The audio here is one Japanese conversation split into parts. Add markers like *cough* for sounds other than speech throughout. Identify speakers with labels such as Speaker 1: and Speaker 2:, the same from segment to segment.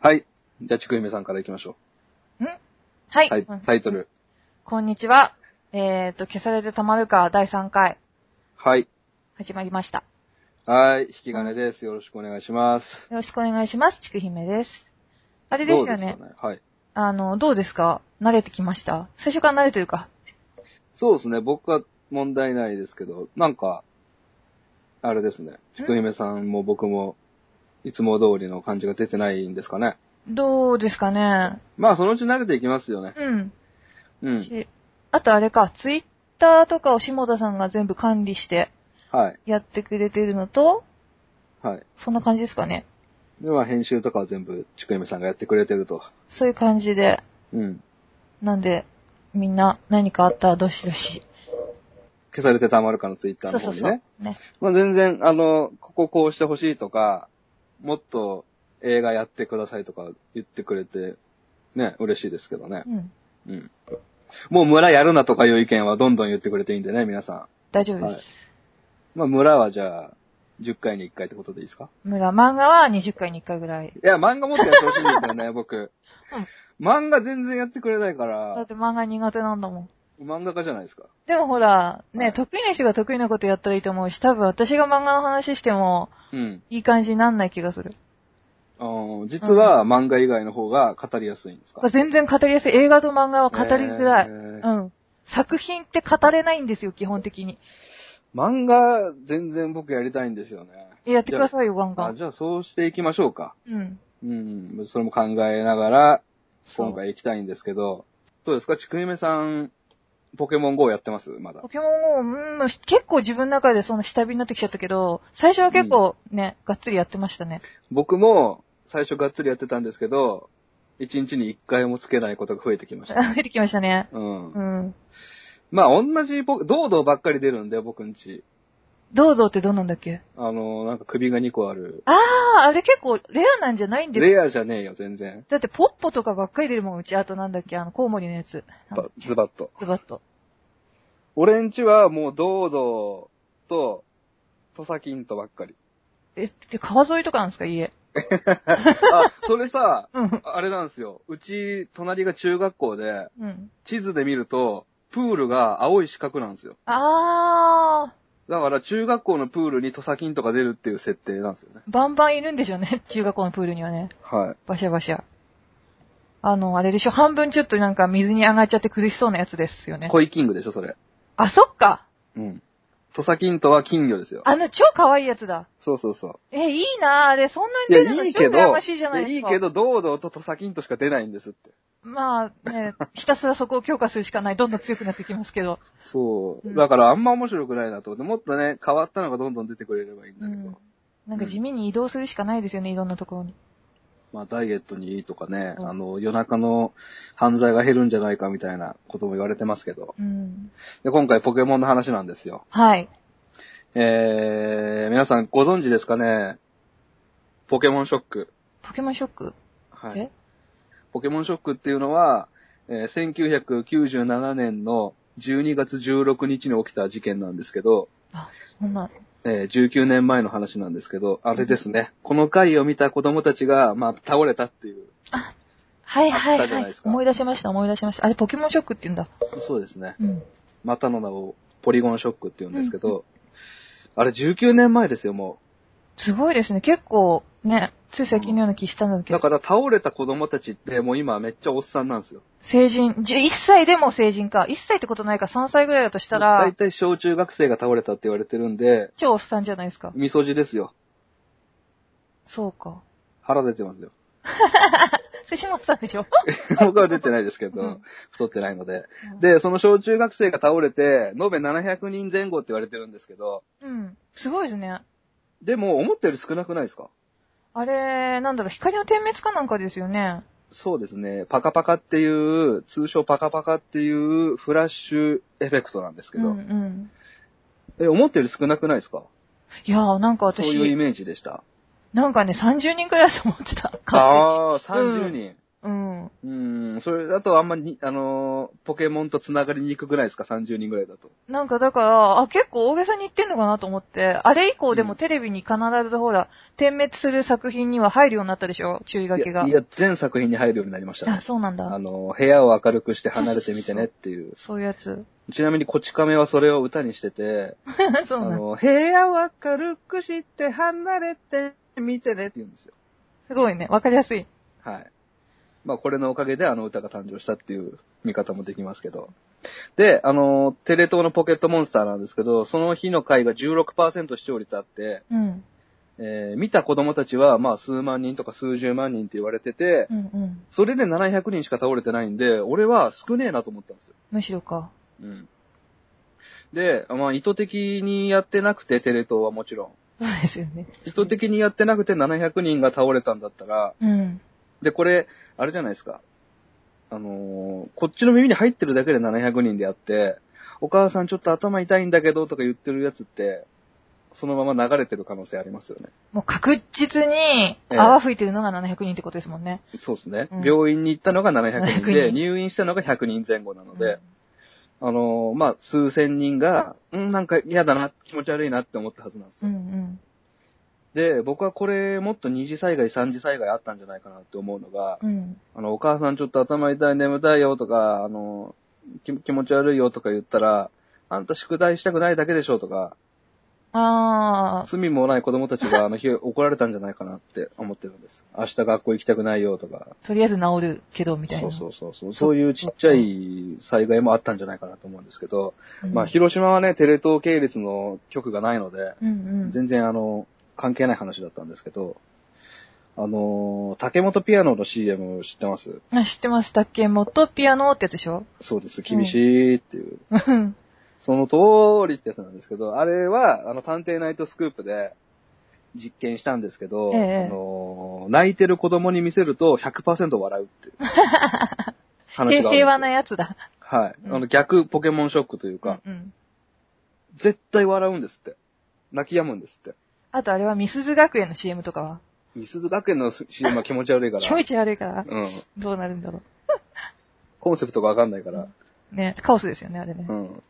Speaker 1: はい。じゃあ、ちくゆめさんから行きましょ
Speaker 2: はい。
Speaker 1: う。はい。タイトル。
Speaker 2: こんにちは。えっ、と、消されてたまるか第3回
Speaker 1: はい。
Speaker 2: 始まりました。
Speaker 1: はい。引き金です。よろしくお願いします。
Speaker 2: よろしくお願いします。ちくひめです。あ
Speaker 1: ど
Speaker 2: れ
Speaker 1: う
Speaker 2: ですよね。
Speaker 1: ですかはい。
Speaker 2: あの、どうですか慣れてきました最初から慣れてるか。
Speaker 1: そうですね。僕は問題ないですけど、なんか、あれですね。ちくゆめさんも僕も、いつも通りの感じが出てないんですかね。
Speaker 2: どうですかね
Speaker 1: まあ、そのうち慣れていきますよね。
Speaker 2: うん。
Speaker 1: うん。
Speaker 2: しあとあれか、ツイッターとかを下田さんが全部管理して
Speaker 1: はい。
Speaker 2: やってくれてるのと、
Speaker 1: はい。
Speaker 2: そんな感じですかね。
Speaker 1: では、編集とかは全部、ちくゆめさんがやってくれてると。
Speaker 2: そういう感じで。
Speaker 1: うん。
Speaker 2: なんで、みんな何かあったらどしどし。
Speaker 1: 消されてたまるかのツイッターの
Speaker 2: そうそ
Speaker 1: 方
Speaker 2: う
Speaker 1: に
Speaker 2: そ
Speaker 1: ね
Speaker 2: う。。ね。
Speaker 1: まあ、全然、あの、こここうしてほしいとか、もっと映画やってくださいとか言ってくれて、ね、嬉しいですけどね。
Speaker 2: うん。
Speaker 1: うん。もう村やるなとかいう意見はどんどん言ってくれていいんでね、皆さ
Speaker 2: 大丈夫です。
Speaker 1: はいん。まあ、村はじゃあ、10回に1回ってことでいいですか
Speaker 2: 村漫画は20回に1回ぐらい。
Speaker 1: いや、漫画もっとやってほしいんですよ
Speaker 2: *laughs*
Speaker 1: ね、僕。漫画全然やってくれないか
Speaker 2: だっ
Speaker 1: ら、
Speaker 2: て漫画苦手なんだもん。
Speaker 1: 漫画家じゃないですか。
Speaker 2: でもほら、ね、
Speaker 1: はい
Speaker 2: 得意な人が得意なことやったらいいと思うし、多分私が漫画の話しても、
Speaker 1: うん。
Speaker 2: いい感じになんない気がする。
Speaker 1: あの実は漫画以外の方が語りやすいんですか
Speaker 2: 全然語りやすい。映画と漫画は語りづらい。
Speaker 1: えー
Speaker 2: うん。作品って語れないんですよ、基本的に。
Speaker 1: 漫画、全然僕やりたいんですよね。
Speaker 2: やってくださいよ、ガンガ
Speaker 1: あ、
Speaker 2: ン。
Speaker 1: じゃあそうしていきましょうか。
Speaker 2: うん。
Speaker 1: うん、それも考えながら、
Speaker 2: そう
Speaker 1: 今回行きたいんですけど、どうですかちくゆめさん、ポケモン GO やってますまだ
Speaker 2: ポ。ケモン GO、うん、結構自分の中でその下火になってきちゃったけど、最初は結構ね、がっつりやってましたね。
Speaker 1: 僕も、最初がっつりやってたんですけど、一日に一回もつけないことが増えてきまし
Speaker 2: *laughs*
Speaker 1: た。
Speaker 2: 出てきましたね。
Speaker 1: うん
Speaker 2: う。ん。
Speaker 1: まあ、同じポ、堂々ばっかり出るんで、僕んち。
Speaker 2: どうぞってどうなんだっけ
Speaker 1: あの、なんか首が2個ある。
Speaker 2: ああ、あれ結構レアなんじゃないんですか
Speaker 1: レアじゃねえよ、全然。
Speaker 2: だって、ポッポとかばっかり出るもん、うち。あとなんだっけ、あの、コウモリのやつ。
Speaker 1: ばズバッと。
Speaker 2: ズバッと。
Speaker 1: 俺んちはもう堂々と、トサキンとばっかり。
Speaker 2: え、で、川沿いとかなんですか、家。 *laughs*
Speaker 1: あ、それさ、
Speaker 2: うん。
Speaker 1: あれなんですよ。うち、隣が中学校で、
Speaker 2: うん。
Speaker 1: 地図で見ると、プールが青い四角なんですよ。
Speaker 2: あ
Speaker 1: だから中学校のプールにトサキンとか出るっていう設定なんですよね。
Speaker 2: ー、バンバンいるんでしょうね。 *laughs* 中学校のプールにはね。
Speaker 1: はい。
Speaker 2: バシャバシャ。あの、あれでしょ、半分ちょっとなんか水に上がっちゃって苦しそうなやつですよね。
Speaker 1: コイキングでしょ、それ。
Speaker 2: あ、そっか
Speaker 1: うん。トサキンとは金魚ですよ。
Speaker 2: あの、超可愛いやつだ。
Speaker 1: そうそうそ
Speaker 2: え、いいなぁ、あれ、そんな
Speaker 1: う。い
Speaker 2: に出るの
Speaker 1: や、いいけ
Speaker 2: 超羨
Speaker 1: ど、
Speaker 2: ましいじゃな
Speaker 1: い
Speaker 2: い
Speaker 1: やい
Speaker 2: です
Speaker 1: い
Speaker 2: か。
Speaker 1: けど、堂々とトサキンとしか出ないんですって。
Speaker 2: まあね、 *laughs* ひたすらそこを強化するしかない。どんどん強くなってきますけど。
Speaker 1: そうう。
Speaker 2: ん
Speaker 1: だからあんま面白くないなと思って、もっとね、変わったのがどんどん出てくれればいいん
Speaker 2: う
Speaker 1: だけど。
Speaker 2: ん。なんか地味に移動するしかないですよね、いろんなところに。
Speaker 1: まあ、ダイエットにいいとかね、
Speaker 2: うん
Speaker 1: あの、夜中の犯罪が減るんじゃないかみたいなことも言われてますけど。
Speaker 2: うん。
Speaker 1: で、今回ポケモンの話なんですよ。
Speaker 2: はい。
Speaker 1: えー、皆さんご存知ですかねポケモンショック。
Speaker 2: ポケモンショック
Speaker 1: は
Speaker 2: え
Speaker 1: い。ポケモンショックっていうのは、えー1997年の12月16日に起きた事件なんですけど、
Speaker 2: そんな、
Speaker 1: えー19年前の話なんですけど、あれですね、この回を見た子供たちが、まあ、倒れたっていう。
Speaker 2: はいはい
Speaker 1: あったじゃな
Speaker 2: はい
Speaker 1: で
Speaker 2: い
Speaker 1: す。か
Speaker 2: 思い出しました、思い出しました。あれ、ポケモンショックって言うんだ。
Speaker 1: そうですね。
Speaker 2: うん。
Speaker 1: またの名をポリゴンショックって言うんですけど、あれ19年前ですよ、も
Speaker 2: すごいですね。結構、ね、つい最近のような気したんだ
Speaker 1: う。
Speaker 2: け
Speaker 1: だ
Speaker 2: ど、
Speaker 1: から倒れた子供たちってもう今めっちゃおっさんなんですよ。
Speaker 2: 成人、じ1歳でも成人か。1歳ってことないか、3歳ぐらいだとした
Speaker 1: だい
Speaker 2: ら、
Speaker 1: たい小中学生が倒れたって言われてるんで、
Speaker 2: 超おっさんじゃないですか。
Speaker 1: みそじですよ。
Speaker 2: そうか。
Speaker 1: 腹出てますよ。 *laughs*
Speaker 2: それ島津さんでしょ
Speaker 1: 僕は出てないですけ
Speaker 2: うん
Speaker 1: ど、太ってないので
Speaker 2: う
Speaker 1: *laughs*
Speaker 2: ん。
Speaker 1: で、その小中学生が倒れて、延べ700人前後って言われてるんですけど、
Speaker 2: うん。すごいですね。
Speaker 1: でも思ったより少なくないですか
Speaker 2: あれ、なんだろう、光の点滅かなんかですよね。
Speaker 1: そうですね。パカパカっていう、通称パカパカっていうフラッシュエフェクトなんですけ
Speaker 2: うん
Speaker 1: ど、
Speaker 2: うん。
Speaker 1: え、思ったより少なくないですか
Speaker 2: いやー、なんか
Speaker 1: そういうイ
Speaker 2: 私、
Speaker 1: メージでした。
Speaker 2: なんかね、30人くらいだと思ってた。
Speaker 1: ああ、30人。
Speaker 2: ううん。
Speaker 1: うん、それだとあんまり、あのー、ポケモンと繋がりにくくないですか ?30 人ぐらいだと。
Speaker 2: なんかだから、あ、結構大げさに言ってんのかなと思って、あれ以降で
Speaker 1: う
Speaker 2: も
Speaker 1: ん
Speaker 2: テレビに必ずほら、点滅する作品には入るようになったでしょ注意書きが。
Speaker 1: いや、いや全作品に入るようになりましたね
Speaker 2: あ、。そうなん
Speaker 1: あ
Speaker 2: だ。
Speaker 1: のー、部屋を明るくして離れてみてねっていう。
Speaker 2: そういうやつ。 *laughs*
Speaker 1: ちなみに、こち亀はそれを歌にしてて、
Speaker 2: そう
Speaker 1: あ
Speaker 2: なんだ。
Speaker 1: のー、部屋を明るくして離れてみてねって言うんですよ。
Speaker 2: すごいね。わかりやすい。
Speaker 1: はい。まあ、これのおかげであの歌が誕生したっていう見方もできますけど。で、あのー、テレ東のポケットモンスターなんですけど、その日の回が16%視聴率あって、
Speaker 2: うん。
Speaker 1: えー見た子供たちは、まあ、数万人とか数十万人って言われてて
Speaker 2: う、んうん。
Speaker 1: それで700人しか倒れてないんで、俺は少ねえなと思ったんですよ。
Speaker 2: むしろか。
Speaker 1: うん。で、まあ、意図的にやってなくて、テレ東はもちろん。
Speaker 2: そうですよね。
Speaker 1: 意図的にやってなくて700人が倒れたんだったら、
Speaker 2: うん。
Speaker 1: で、これ、あれじゃないですか。あのーこっちの耳に入ってるだけで700人であって、お母さんちょっと頭痛いんだけどとか言ってるやつって、そのまま流れてる可能性ありますよね。
Speaker 2: もう確実に
Speaker 1: ええ
Speaker 2: 泡吹いてるのが700人ってことですもんね。
Speaker 1: そうですね。
Speaker 2: うん
Speaker 1: 病院に行ったのが700人
Speaker 2: 700
Speaker 1: で、
Speaker 2: 人
Speaker 1: 入院したのが100人前後なので、あのーまあ、数千人が、うん、なんか嫌だな、気持ち悪いなって思ったはずなんです
Speaker 2: う
Speaker 1: よ。
Speaker 2: んうん。
Speaker 1: で、僕はこれ、もっと二次災害、三次災害あったんじゃないかなって思うのが、
Speaker 2: うん。
Speaker 1: あの、お母さんちょっと頭痛い、眠たいよとか、あの、き気持ち悪いよとか言ったら、あんた宿題したくないだけでしょとか、
Speaker 2: あ
Speaker 1: 罪もない子供たちがあの日 *laughs* 怒られたんじゃないかなって思ってるんです。明日学校行きたくないよとか、
Speaker 2: ー、とりあえず治るけど、みたい
Speaker 1: そ
Speaker 2: な。
Speaker 1: うそうそうそう、そういうちっちゃい災害もあったんじゃないかなと思うんですけど、
Speaker 2: うん
Speaker 1: まあ、広島はね、テレ東系列の局がないので、
Speaker 2: うんうん。
Speaker 1: 全然あの、関係ない話だったんですけど、あの、竹本ピアノの CM 知ってます
Speaker 2: あ、知ってます。竹本ピアノってやつでしょ *laughs*
Speaker 1: そうです、厳しいっていう。
Speaker 2: うん。
Speaker 1: その通りってやつなんですけど、あれは、あの、探偵ナイトスクープで実験したんですけど、
Speaker 2: ええ
Speaker 1: あのー、泣いてる子供に見せると100%笑うっていう
Speaker 2: *laughs*
Speaker 1: 話があるんですよ。
Speaker 2: 平和なやつだ。
Speaker 1: はい。
Speaker 2: うん
Speaker 1: あの、逆ポケモンショックというか、
Speaker 2: うんうん。
Speaker 1: 絶対笑うんですって。泣き止むんですって。
Speaker 2: あとあれはミスズ学園の CM とかは。
Speaker 1: みすず学園の CM は気持ち悪いか
Speaker 2: 気持
Speaker 1: ら、
Speaker 2: ち悪いから、
Speaker 1: うん。
Speaker 2: どうなるんだろ
Speaker 1: コンセプトがわかんないから、
Speaker 2: う。ね、カオスですよね、あれね
Speaker 1: う。ん。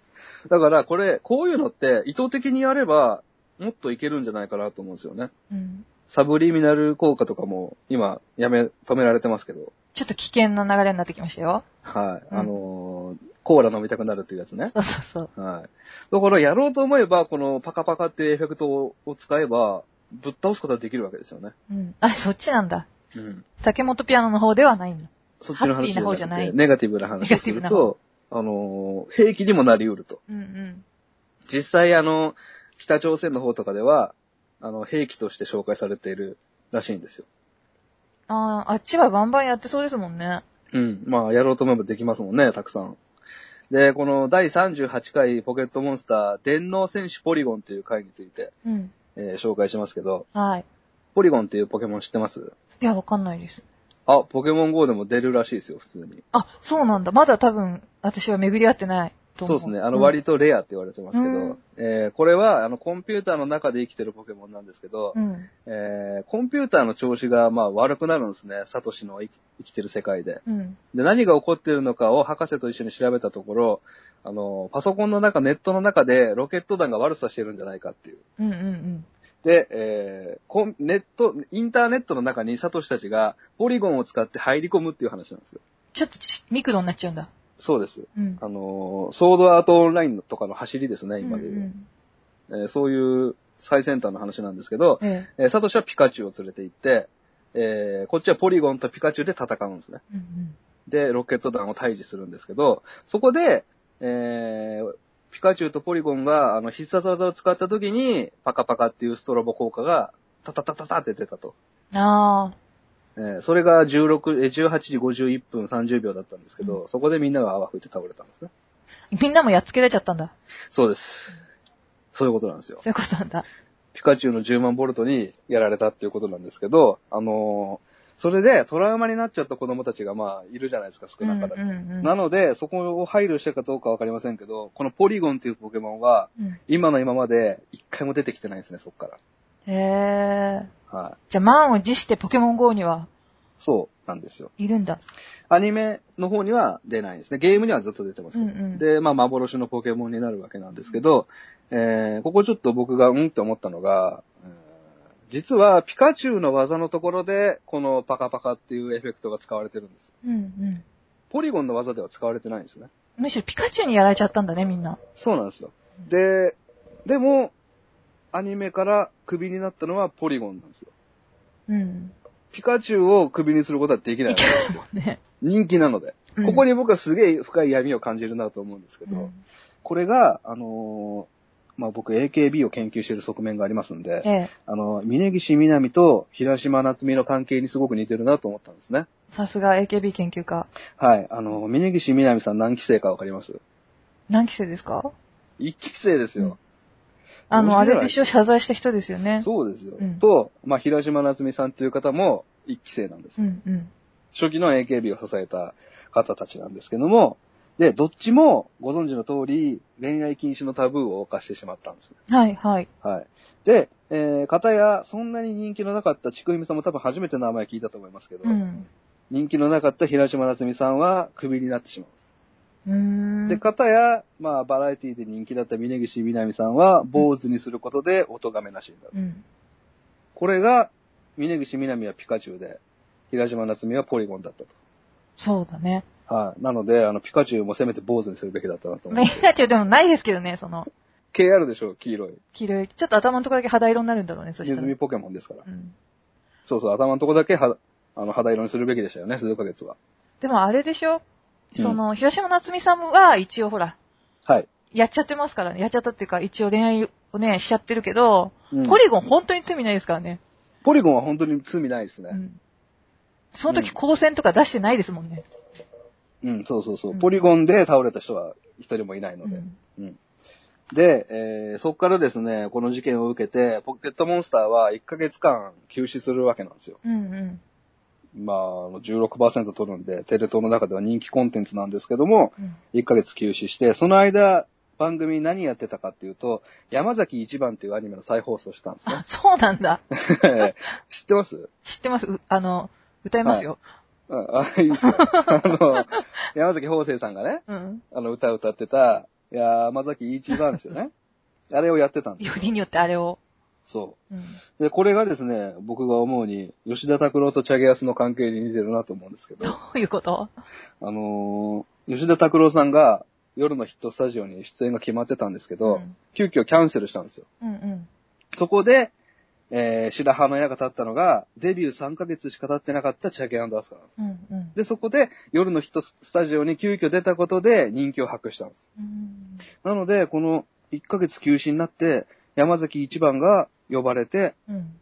Speaker 1: だから、これ、こういうのって、意図的にやれば、もっといけるんじゃないかなと思うんですよね。
Speaker 2: うん。
Speaker 1: サブリミナル効果とかも今やめ、止められてますけど。
Speaker 2: ちょっと危険な流れになってきましたよ。
Speaker 1: はい。
Speaker 2: うん
Speaker 1: あのーコーラ飲みたくなるっていうやつね。
Speaker 2: そうそうそう。
Speaker 1: はい。だからやろうと思えば、このパカパカっていうエフェクトを使えば、ぶっ倒すことはできるわけですよね。
Speaker 2: うん。あ、そっちなんだ。
Speaker 1: うん。
Speaker 2: 竹本ピアノの方ではないんだ。
Speaker 1: そっちの話
Speaker 2: ハッピーな方じゃな
Speaker 1: く
Speaker 2: い
Speaker 1: てネガティブな話をす
Speaker 2: ネガティブ
Speaker 1: る
Speaker 2: な
Speaker 1: と
Speaker 2: 方、
Speaker 1: あのー兵器にもなり得ると。
Speaker 2: うんうん。
Speaker 1: 実際あの、北朝鮮の方とかでは、あの、兵器として紹介されているらしいんですよ。
Speaker 2: ああ、あっちはバンバンやってそうですもんね。
Speaker 1: うん。まあ、やろうと思えばできますもんね、たくさん。で、この第38回ポケットモンスター電脳戦士ポリゴンという回について、
Speaker 2: うん。
Speaker 1: えー紹介しますけど、
Speaker 2: はい。
Speaker 1: ポリゴンっていうポケモン知ってます
Speaker 2: いや、わかんないです。
Speaker 1: あ、ポケモン GO でも出るらしいですよ、普通に。
Speaker 2: あ、そうなんだ。まだ多分、私は巡り合ってないと
Speaker 1: そ
Speaker 2: 思
Speaker 1: う
Speaker 2: う。
Speaker 1: ですね。あの、
Speaker 2: ん
Speaker 1: 割とレアって言われてますけど、
Speaker 2: うん
Speaker 1: えーこれは、あの、コンピューターの中で生きてるポケモンなんですけど、
Speaker 2: うん。
Speaker 1: えーコンピューターの調子が、まあ、悪くなるんですね。サトシの生き生きてる世界で。
Speaker 2: うん。
Speaker 1: で、何が起こっているのかを博士と一緒に調べたところ、あの、パソコンの中、ネットの中でロケット弾が悪さしてるんじゃないかっていう。
Speaker 2: うんうんうん。
Speaker 1: で、えーコン、ネット、インターネットの中にサトシたちがポリゴンを使って入り込むっていう話なんですよ。
Speaker 2: ちょっとちミクロになっちゃうんだ。
Speaker 1: そうです。
Speaker 2: うん。
Speaker 1: あのー、ソードアートオンラインとかの走りですね、今で
Speaker 2: う
Speaker 1: 言
Speaker 2: ん
Speaker 1: う、
Speaker 2: うん
Speaker 1: えーそういう最先端の話なんですけど、
Speaker 2: ええ
Speaker 1: えーサトシはピカチュウを連れて行って、えーこっちはポリゴンとピカチュウで戦うんですね。
Speaker 2: うんうん
Speaker 1: で、ロケット弾を退治するんですけど、そこで、えー、ピカチュウとポリゴンが、あの、必殺技を使った時に、パカパカっていうストロボ効果が、タタタタタって出たと。
Speaker 2: ああ、
Speaker 1: えーそれが16、えー18時51分30秒だったんですけど、そこでみんなが泡吹いて倒れたんですね。
Speaker 2: みんなもやっつけられちゃったんだ。
Speaker 1: そうです。そういうことなんですよ
Speaker 2: そ。ういうことなんだ。
Speaker 1: ピカチュウの10万ボルトにやられたっていうことなんですけど、あのーそれでトラウマになっちゃった子供たちがまあ、いるじゃないですか、少なからず。
Speaker 2: うんうんうん
Speaker 1: なので、そこを配慮したかどうかわかりませんけど、このポリゴンっていうポケモンは、
Speaker 2: うん
Speaker 1: 今の今まで一回も出てきてないですね、そっか
Speaker 2: へえ。
Speaker 1: ら。はい。
Speaker 2: じゃあ、満を持してポケモン GO には。
Speaker 1: そなんですよ。
Speaker 2: いるんだ。
Speaker 1: アニメの方には出ないんですね。ゲームにはずっと出てます
Speaker 2: う
Speaker 1: けど。
Speaker 2: んうん。
Speaker 1: で、まあ、幻のポケモンになるわけなんですけど、えー、ここちょっと僕がうんって思ったのが、うん実はピカチュウの技のところで、このパカパカっていうエフェクトが使われてるんです。
Speaker 2: うんうん。
Speaker 1: ポリゴンの技では使われてないんですね。
Speaker 2: むしろピカチュウにやられちゃったんだね、みんな。
Speaker 1: そうなんですよ。で、でも、アニメからクビになったのはポリゴンなんですよ。
Speaker 2: うん。
Speaker 1: ピカチュウをクビにすることはできない
Speaker 2: い
Speaker 1: わ
Speaker 2: け
Speaker 1: けです
Speaker 2: ないもんね。
Speaker 1: 人気なので。
Speaker 2: うん
Speaker 1: ここに僕はすげえ深い闇を感じるなと思うんですけ
Speaker 2: う
Speaker 1: ど、
Speaker 2: ん
Speaker 1: これが、あのーまあ、僕 AKB を研究している側面がありますんで、
Speaker 2: ええ、
Speaker 1: あの、峯岸みなみと平島夏美の関係にすごく似てるなと思ったんですね。
Speaker 2: さすが AKB 研究家。
Speaker 1: はい。あの、峯岸みなみさん何期生かわかります
Speaker 2: 何期生ですか
Speaker 1: 一期生ですよ。
Speaker 2: あの、
Speaker 1: 面白
Speaker 2: あ
Speaker 1: い
Speaker 2: れでしょ、謝罪した人ですよね。
Speaker 1: そうですよ。
Speaker 2: うん
Speaker 1: と、まあ、平島夏美さんという方も一期生なんです。
Speaker 2: うんうん。
Speaker 1: 初期の AKB を支えた方たちなんですけども、で、どっちもご存知の通り、恋愛禁止のタブーを犯してしまったんです。
Speaker 2: はいはい。
Speaker 1: はい。で、えー、片やそんなに人気のなかったちくひみさんも多分初めて名前聞いたと思いますけど、
Speaker 2: うん。
Speaker 1: 人気のなかった平島夏美さんはクビになってしまうんです。
Speaker 2: うーん。
Speaker 1: で、方や、まあ、バラエティで人気だった峯岸みなみさんは、坊主にすることで、お咎めなしになる。
Speaker 2: うん。
Speaker 1: これが、峯岸みなみはピカチュウで、平島夏美はポリゴンだったと。
Speaker 2: そうだね。
Speaker 1: はい。なので、あの、ピカチュウもせめて坊主にするべきだったなと思う
Speaker 2: メ。ガチュウでもないですけどね、その、
Speaker 1: KR でしょう、黄色い。
Speaker 2: 黄色い。ちょっと頭のところだけ肌色になるんだろうね、そし
Speaker 1: ネ
Speaker 2: た
Speaker 1: ズ
Speaker 2: ら
Speaker 1: ミ。ポケモンですから。
Speaker 2: うん。
Speaker 1: そうそう、頭のとこだけは、あの、肌色にするべきでしたよね、数ヶ月は。
Speaker 2: でもあれでし
Speaker 1: う
Speaker 2: ょ
Speaker 1: ん
Speaker 2: その、広島夏美さんは一応ほら、
Speaker 1: はい。
Speaker 2: やっちゃってますからね。やっちゃったっていうか、一応恋愛をね、しちゃってるけど、
Speaker 1: うん
Speaker 2: ポリゴン本当に罪ないですからね。
Speaker 1: ポリゴンは本当に罪ないです
Speaker 2: う
Speaker 1: ね。
Speaker 2: ん。その
Speaker 1: うん
Speaker 2: 時光線とか出してないですもんね。
Speaker 1: うん、そうそうそうう。
Speaker 2: ん
Speaker 1: ポリゴンで倒れた人は一人もいないの
Speaker 2: う
Speaker 1: で。
Speaker 2: ん。
Speaker 1: で、えーそこからですね、この事件を受けて、ポケットモンスターは1ヶ月間休止するわけなんですよ。
Speaker 2: うんうん。
Speaker 1: まあ、あの16%取るんで、テレ東の中では人気コンテンツなんですけども、
Speaker 2: うん
Speaker 1: 1ヶ月休止して、その間、番組何やってたかっていうと、山崎一番っていうアニメの再放送したんですね *laughs*
Speaker 2: あ、。そうなんだ。
Speaker 1: 知ってます
Speaker 2: 知ってますうあの、歌いますよ。
Speaker 1: あ、あいいっすよ。あの、山崎邦生さんがね、
Speaker 2: うん。
Speaker 1: あの歌を歌ってた、山崎一番ですよね。あれをやってたんです
Speaker 2: よ
Speaker 1: よ。
Speaker 2: りによってあれを。
Speaker 1: そう。
Speaker 2: うん。
Speaker 1: で、これがですね、僕が思うに、吉田拓郎とチャゲアスの関係に似てるなと思うんですけど、
Speaker 2: ど
Speaker 1: あ
Speaker 2: ういうこと
Speaker 1: のー吉田拓郎さんが夜のヒットスタジオに出演が決まってたんですけど、
Speaker 2: うん
Speaker 1: 急遽キャンセルしたんですよ。
Speaker 2: うんうん。
Speaker 1: そこで、えー、白羽の矢が立ったのが、デビュー3ヶ月しか経ってなかったチャゲアスカなんです。
Speaker 2: うんうん
Speaker 1: で、そこで夜のヒットスタジオに急遽出たことで人気を博したんです。
Speaker 2: うん。
Speaker 1: なので、この1ヶ月休止になって、山崎一番が呼ばれて、
Speaker 2: うん。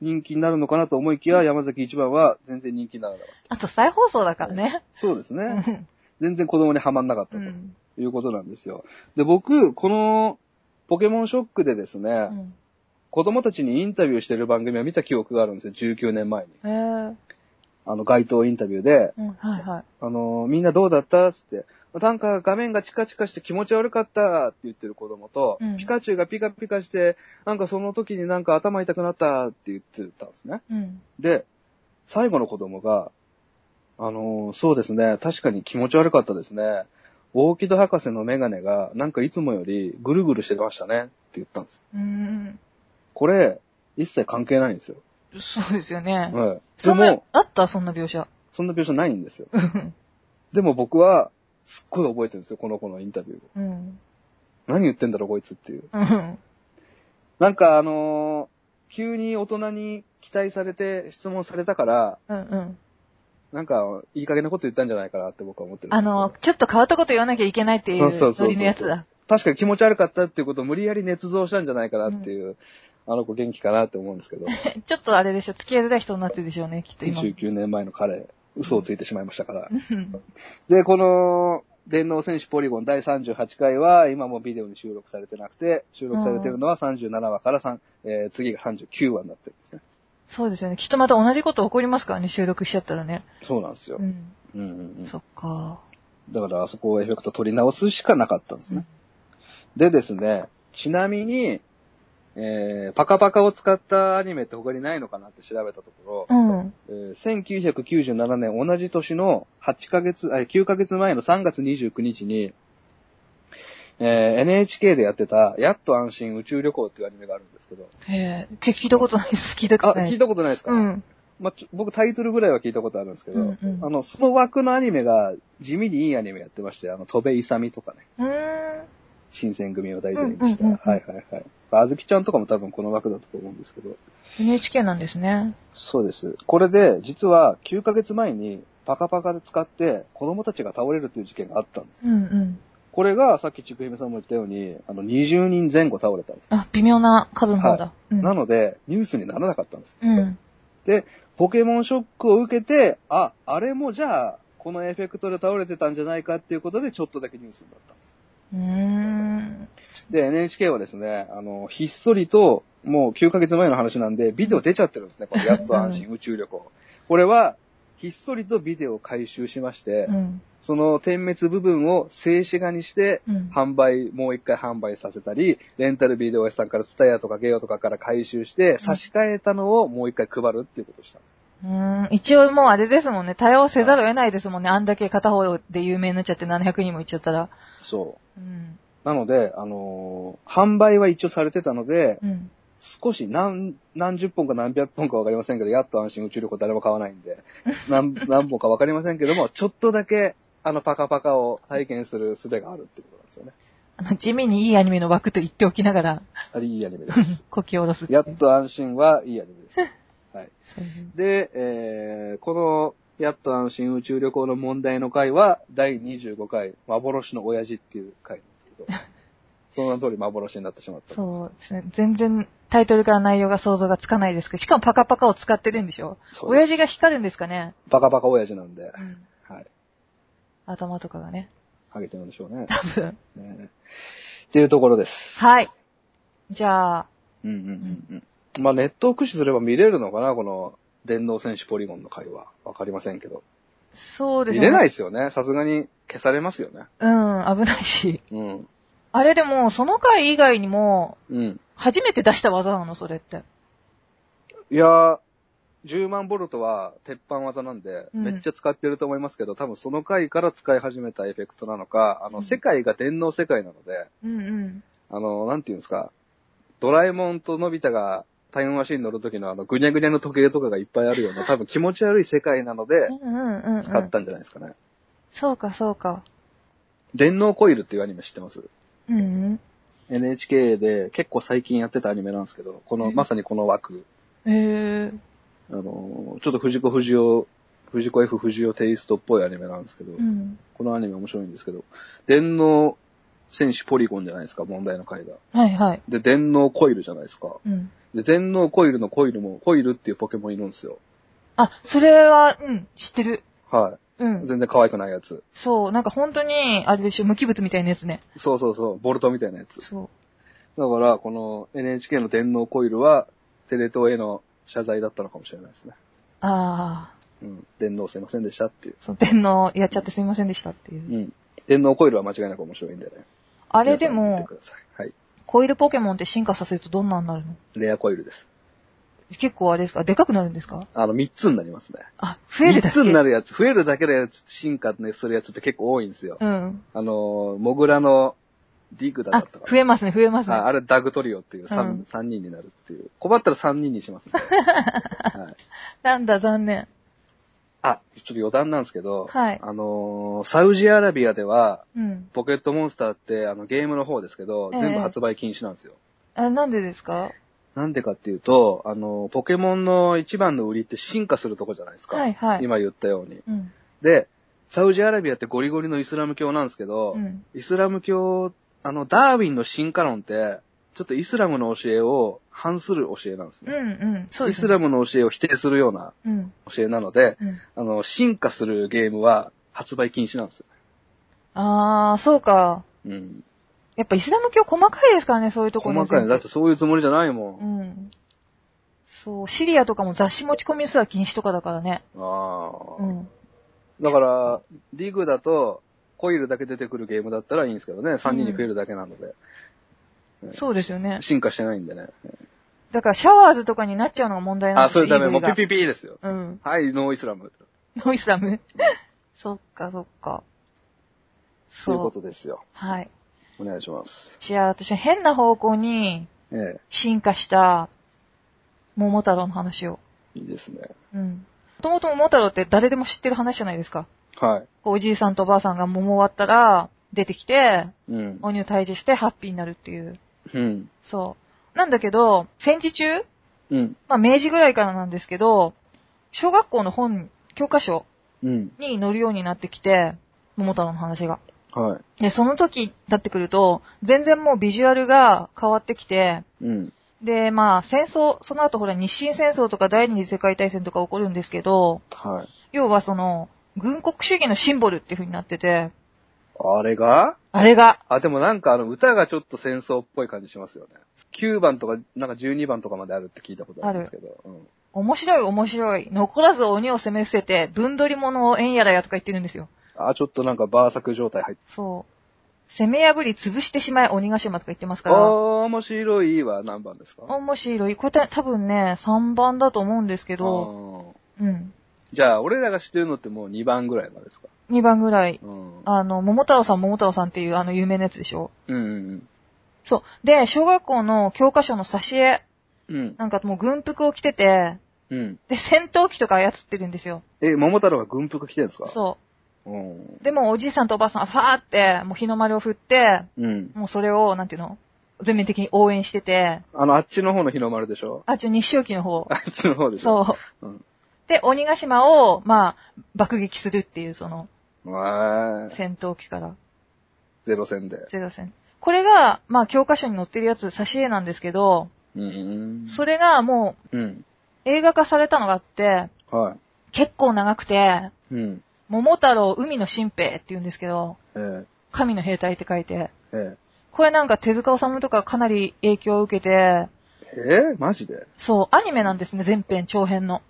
Speaker 1: 人気になるのかなと思いきや、山崎一番は全然人気にならなかった。
Speaker 2: あと再放送だからね。
Speaker 1: そうです
Speaker 2: う
Speaker 1: ね。
Speaker 2: ん。
Speaker 1: 全然子供にはまんなかった
Speaker 2: う
Speaker 1: と
Speaker 2: ん。
Speaker 1: いうことなんですよ。で、僕、このポケモンショックでですね、
Speaker 2: うん
Speaker 1: 子供たちにインタビューしてる番組を見た記憶があるんですよ、19年前に。
Speaker 2: へえ。
Speaker 1: あの、街頭インタビューで、
Speaker 2: うん、はいはい。
Speaker 1: あのーみんなどうだったつって、なんか画面がチカチカして気持ち悪かったって言ってる子供と、
Speaker 2: うん
Speaker 1: ピカチュウがピカピカして、なんかその時になんか頭痛くなったって言ってたんですね。
Speaker 2: うん。
Speaker 1: で、最後の子供が、あのーそうですね、確かに気持ち悪かったですね。オーキッド博士のメガネが、なんかいつもよりぐるぐるしてましたねって言ったんです。
Speaker 2: うん。
Speaker 1: これ、一切関係ないんですよ。
Speaker 2: そうですよね。
Speaker 1: はい。で
Speaker 2: そんな
Speaker 1: も、、
Speaker 2: あったそんな描写。
Speaker 1: そんな描写ないんですよ。
Speaker 2: うん
Speaker 1: でも僕は、すっごい覚えてるんですよ、この子のインタビューを。
Speaker 2: うん。
Speaker 1: 何言ってんだろう、こいつっていう。
Speaker 2: うん。
Speaker 1: なんかあのー急に大人に期待されて質問されたから、
Speaker 2: うんうん。
Speaker 1: なんか、いい加減なこと言ったんじゃないかなって僕は思ってるんです
Speaker 2: あ
Speaker 1: よ
Speaker 2: の、ちょっと変わったこと言わなきゃいけないってい
Speaker 1: そう
Speaker 2: う
Speaker 1: そうそうそう
Speaker 2: ノリのやつだ。
Speaker 1: 確かに気持ち悪かったっていうことを無理やり捏造したんじゃないかなっていう、あの子元気かなって思うんですけど、
Speaker 2: ちょっとあれでしょ、付き合いづらい人になってるでしょうね、きっと今。
Speaker 1: 29年前の彼、嘘をついてしまいましたから。
Speaker 2: うん
Speaker 1: で、この、電脳戦士ポリゴン第38回は、今もビデオに収録されてなくて、収録されてるのは37話から3、えー次が39話になってるんですね。
Speaker 2: *laughs* そうですよね。きっとまた同じこと起こりますからね、収録しちゃったらね。
Speaker 1: そうなんですよ
Speaker 2: う。ん。
Speaker 1: うんうんうん
Speaker 2: そっか。
Speaker 1: だから、あそこをエフェクト取り直すしかなかったんですね。でですね、ちなみに、えー、パカパカを使ったアニメって他にないのかなって調べたところ、
Speaker 2: うん。
Speaker 1: ええー1997年同じ年の8ヶ月、あ9ヶ月前の3月29日に、えー NHK でやってた、やっと安心宇宙旅行っていうアニメがあるんですけど。
Speaker 2: へえ、け聞いたことないです。聞いたこ
Speaker 1: あ、
Speaker 2: とない
Speaker 1: 聞
Speaker 2: で
Speaker 1: い
Speaker 2: す。
Speaker 1: たことないですか、
Speaker 2: うん。
Speaker 1: まあちょ僕タイトルぐらいは聞いたことあるんですけど、
Speaker 2: うんうん
Speaker 1: あの、その枠のアニメが地味にいいアニメやってまして、あの、戸部勇とかね、
Speaker 2: うーん。
Speaker 1: 新選組を題材にした、
Speaker 2: うんうんうんうん
Speaker 1: はいはいはい。あずきちゃんとかも多分この枠だったと思うんですけど、
Speaker 2: NHK なんですね。
Speaker 1: そうです。これで、実は9ヶ月前にパカパカで使って子供たちが倒れるという事件があったんですよ。
Speaker 2: うんうん。
Speaker 1: これがさっきちくひめさんも言ったように、あの、20人前後倒れたんです。
Speaker 2: あ、微妙な数の方だ。うん。
Speaker 1: なので、ニュースにならなかったんです。
Speaker 2: うん。
Speaker 1: ポケモンショックを受けて、あ、あれもじゃあ、このエフェクトで倒れてたんじゃないかっていうことで、ちょっとだけニュースになったんです。
Speaker 2: うーん。
Speaker 1: で、NHK はですね、あの、ひっそりと、もう9ヶ月前の話なんで、ビデオ出ちゃってるんですね。これやっと安心宇宙旅行。これは、ひっそりとビデオを回収しまして、
Speaker 2: うん。
Speaker 1: その点滅部分を静止画にして、
Speaker 2: うん。
Speaker 1: 販売、もう一回販売させたり、レンタルビデオ屋さんからツタヤとかゲオとかから回収して、差し替えたのをもう一回配るっていうことをしたんです。
Speaker 2: うーん一応もうあれですもんね。対応せざるを得ないですもんね。あんだけ片方で有名になっちゃって700人もいっちゃったら。
Speaker 1: そう。
Speaker 2: うん。
Speaker 1: なので、あのー販売は一応されてたので、
Speaker 2: うん。
Speaker 1: 少し何、何十本か何百本かわかりませんけど、やっと安心宇宙旅行誰も買わないんで、 *laughs* 何、何本かわかりませんけども、ちょっとだけ、あの、パカパカを体験する術があるってことなんですよね。
Speaker 2: あの、地味にいいアニメの枠と言っておきながら、
Speaker 1: あれ、いいアニメです。
Speaker 2: こき下ろすっていう
Speaker 1: やっと安心はいいアニメです。
Speaker 2: そういう
Speaker 1: で、えー、この、やっと安心宇宙旅行の問題の回は、第25回、幻の親父っていう回なんですけど、
Speaker 2: *laughs*
Speaker 1: その名の通り幻になってしまった。
Speaker 2: そうですね。全然タイトルから内容が想像がつかないですけど、しかもパカパカを使ってるんでしょ
Speaker 1: そうです
Speaker 2: 親父が光るんですかね、
Speaker 1: バカバカ親父なんで、
Speaker 2: うん、
Speaker 1: はい。
Speaker 2: 頭とかがね。
Speaker 1: ハゲてるんでしょうね。
Speaker 2: 多分。
Speaker 1: ねっていうところです。
Speaker 2: はい。じゃあ、
Speaker 1: うんうんうんうん。まあネットを駆使すれば見れるのかな、この電脳戦士ポリゴンの会は。わかりませんけど。
Speaker 2: そうです
Speaker 1: 見
Speaker 2: ね。
Speaker 1: れない
Speaker 2: い
Speaker 1: ですよね。さすがに消されますよね。
Speaker 2: うん、危ないし。
Speaker 1: うん。
Speaker 2: あれでも、その回以外にも、
Speaker 1: うん。
Speaker 2: 初めて出した技なの、それって。
Speaker 1: いやー、10万ボルトは鉄板技なんで、
Speaker 2: うん
Speaker 1: めっちゃ使ってると思いますけど、多分その回から使い始めたエフェクトなのか、あ
Speaker 2: う
Speaker 1: の、
Speaker 2: ん
Speaker 1: 世界が電脳世界なので、
Speaker 2: うんうん。
Speaker 1: あの、なんていうんですか、ドラえもんとのび太がタイムマシンに乗る時のあの、ぐにゃぐにゃの時計とかがいっぱいあるような、多分気持ち悪い世界なので
Speaker 2: う、んうんうん、うん。
Speaker 1: 使ったんじゃないですかね。
Speaker 2: そうか、そうか。
Speaker 1: 電脳コイルっていうアニメ知ってます
Speaker 2: うん
Speaker 1: ?NHK で結構最近やってたアニメなんですけど、この、
Speaker 2: うん
Speaker 1: まさにこの枠、
Speaker 2: うん。えー。
Speaker 1: あの、ちょっと藤子不二雄、藤子 F 不二雄テイストっぽいアニメなんですけど、
Speaker 2: うん。
Speaker 1: このアニメ面白いんですけど、電脳戦士ポリゴンじゃないですか、問題の回が。
Speaker 2: はいはい。
Speaker 1: で、電脳コイルじゃないですか。
Speaker 2: うん。
Speaker 1: で、電脳コイルのコイルも、コイルっていうポケモンいるんですよ。
Speaker 2: あ、それは、うん、知ってる。
Speaker 1: は
Speaker 2: う
Speaker 1: い。
Speaker 2: ん。
Speaker 1: 全然可愛くないやつ。
Speaker 2: そう、なんか本当に、あれでしょ、無機物みたいなやつね。
Speaker 1: そうそうそう、ボルトみたいなやつ。
Speaker 2: そう。
Speaker 1: だから、この NHK の電脳コイルは、テレ東への謝罪だったのかもしれないですね。
Speaker 2: あ
Speaker 1: うん。電脳すいませんでしたっていう。
Speaker 2: あ、その天皇やっちゃってすみませんでしたっていう。
Speaker 1: うん。電脳コイルは間違いなく面白いんでね。
Speaker 2: あれ
Speaker 1: 皆
Speaker 2: で
Speaker 1: さん見
Speaker 2: も
Speaker 1: て、ください。はい。
Speaker 2: コイルポケモンって進化させるとどんなんなるの
Speaker 1: レアコイルです。
Speaker 2: 結構あれですかでかくなるんですか
Speaker 1: あの、3つになりますね。
Speaker 2: あ、増えるだけ。
Speaker 1: 3つになるやつ、増えるだけのやつ、進化ね、するやつって結構多いんですよ。
Speaker 2: うん。
Speaker 1: あのー、モグラのディグダだ
Speaker 2: あ
Speaker 1: った、か
Speaker 2: 増えますね、増えます
Speaker 1: ら。あ
Speaker 2: ね。
Speaker 1: あれ、ダグトリオっていう 3,、
Speaker 2: うん
Speaker 1: 三人になるっていう。困ったら3人にし
Speaker 2: *laughs*
Speaker 1: ますね。はい。
Speaker 2: なんだ、残念。
Speaker 1: あ、ちょっと余談なんですけど、
Speaker 2: はい
Speaker 1: あのーサウジアラビアでは、
Speaker 2: うん。
Speaker 1: ポケットモンスターってあのゲームの方ですけど、
Speaker 2: ええ
Speaker 1: 全部発売禁止なんですよ。
Speaker 2: あ、なんでですか
Speaker 1: なんでかっていうと、あの、ポケモンの一番の売りって進化するとこじゃないですか。
Speaker 2: はいはい。
Speaker 1: 今言ったように。
Speaker 2: うん。
Speaker 1: で、サウジアラビアってゴリゴリのイスラム教なんですけど、
Speaker 2: うん。
Speaker 1: イスラム教、あの、ダーウィンの進化論って、ちょっとイスラムの教えを反する教えなんです
Speaker 2: う
Speaker 1: ね。
Speaker 2: んうん。そうで
Speaker 1: イ
Speaker 2: す、ね。
Speaker 1: スラムの教えを否定するような
Speaker 2: うん。
Speaker 1: 教えなので、
Speaker 2: うん。
Speaker 1: あの、進化するゲームは発売禁止なんですよ。
Speaker 2: ああ、そうか。
Speaker 1: うん。
Speaker 2: やっぱイスラム教細かいですからね、そういうところ
Speaker 1: 細かいね。だってそういうつもりじゃないも。
Speaker 2: うんん。そう、シリアとかも雑誌持ち込みすら禁止とかだからね。
Speaker 1: あ
Speaker 2: う
Speaker 1: あ。
Speaker 2: ん。
Speaker 1: だから、リグだと、コイルだけ出てくるゲームだったらいいんですけどね。3人に増えるだけなので。
Speaker 2: そうですよね。
Speaker 1: 進化してないんでね。
Speaker 2: だからシャワーズとかになっちゃうのが問題なん
Speaker 1: あ、
Speaker 2: です
Speaker 1: そ
Speaker 2: よ。
Speaker 1: れダメ。
Speaker 2: EV
Speaker 1: もう
Speaker 2: が
Speaker 1: ピピピですよ。
Speaker 2: うん。 *laughs*
Speaker 1: はい、ノーイスラム。
Speaker 2: ノイズダム。 *laughs* そっかそっか。
Speaker 1: そういう
Speaker 2: そ
Speaker 1: こと
Speaker 2: う。
Speaker 1: ですよ。
Speaker 2: はい。
Speaker 1: お願いします。
Speaker 2: じゃあ私は変な方向に
Speaker 1: え
Speaker 2: 進化した桃太郎の話を。
Speaker 1: え、いいですね。
Speaker 2: うん。もともと桃太郎って誰でも知ってる話じゃないですか。
Speaker 1: はい。
Speaker 2: こうおじいさんとおばあさんが桃割ったら出てきて、
Speaker 1: うん。
Speaker 2: お乳退治してハッピーになるっていう。
Speaker 1: うん。
Speaker 2: そう。なんだけど、戦時中
Speaker 1: うん。
Speaker 2: まあ明治ぐらいからなんですけど、小学校の本、教科書
Speaker 1: うん。
Speaker 2: に載るようになってきて、桃太郎の話が。
Speaker 1: は
Speaker 2: で、その時になってくると、全然もうビジュアルが変わってきて、
Speaker 1: い。うん。
Speaker 2: で、まあ戦争、その後ほら日清戦争とか第二次世界大戦とか起こるんですけど、
Speaker 1: はい。
Speaker 2: 要はその、軍国主義のシンボルっていう風になってて、
Speaker 1: あれが
Speaker 2: あれが、
Speaker 1: あ、でもなんかあの歌がちょっと戦争っぽい感じしますよね。9番とか、なんか12番とかまであるって聞いたことあるんですけど。うん。
Speaker 2: 面白い面白い、残らず鬼を攻め伏せて、ぶんどり物を縁やらやとか言ってるんですよ。
Speaker 1: あ、ちょっとなんかバーサク状態入って。
Speaker 2: そう。攻め破り潰してしまえ鬼ヶ島とか言ってます
Speaker 1: あ
Speaker 2: から、
Speaker 1: ー、面白いは何番ですか
Speaker 2: 面白い。これた多分ね、3番だと思うんですけど、
Speaker 1: ど。
Speaker 2: うん。
Speaker 1: じゃあ、俺らが知ってるのってもう2番ぐらいまでですか
Speaker 2: 2番ぐらい。
Speaker 1: うん。
Speaker 2: あの、桃太郎さん、桃太郎さんっていうあの有名なやつでしょ。
Speaker 1: うんうん
Speaker 2: そう。で、小学校の教科書の挿絵、
Speaker 1: うん。うん。
Speaker 2: なんかもう軍服を着てて、
Speaker 1: うん。
Speaker 2: で、戦闘機とか操ってるんですよ。
Speaker 1: え、桃太郎が軍服着てるんですか。
Speaker 2: そう
Speaker 1: うん
Speaker 2: う。。でも、おじいさんとおばあさんはファーって、もう日の丸を振って、
Speaker 1: うん。
Speaker 2: もうそれを、なんていうの全面的に応援してて、
Speaker 1: あの、あっちの方の日の丸でしょ
Speaker 2: あ、ちょ、日照期の方。
Speaker 1: あっちの方でしょ
Speaker 2: そうう。
Speaker 1: ん
Speaker 2: で、鬼ヶ島を、まあ、爆撃するっていう、その、
Speaker 1: う。わーい。
Speaker 2: 戦闘機から、
Speaker 1: ゼロ戦で。
Speaker 2: ゼロ戦。これが、まあ、教科書に載ってるやつ、挿絵なんですけど、
Speaker 1: うん。
Speaker 2: それがもう、
Speaker 1: うん。
Speaker 2: 映画化されたのがあって、
Speaker 1: は
Speaker 2: 結構長くて、
Speaker 1: い。うん。
Speaker 2: 桃太郎海の新兵って言うんですけど、
Speaker 1: ええ。
Speaker 2: 神の兵隊って書いて、
Speaker 1: ええ。
Speaker 2: これなんか手塚治虫とかかなり影響を受けて、
Speaker 1: えー、マジで
Speaker 2: そう、アニメなんですね、全編、長編の。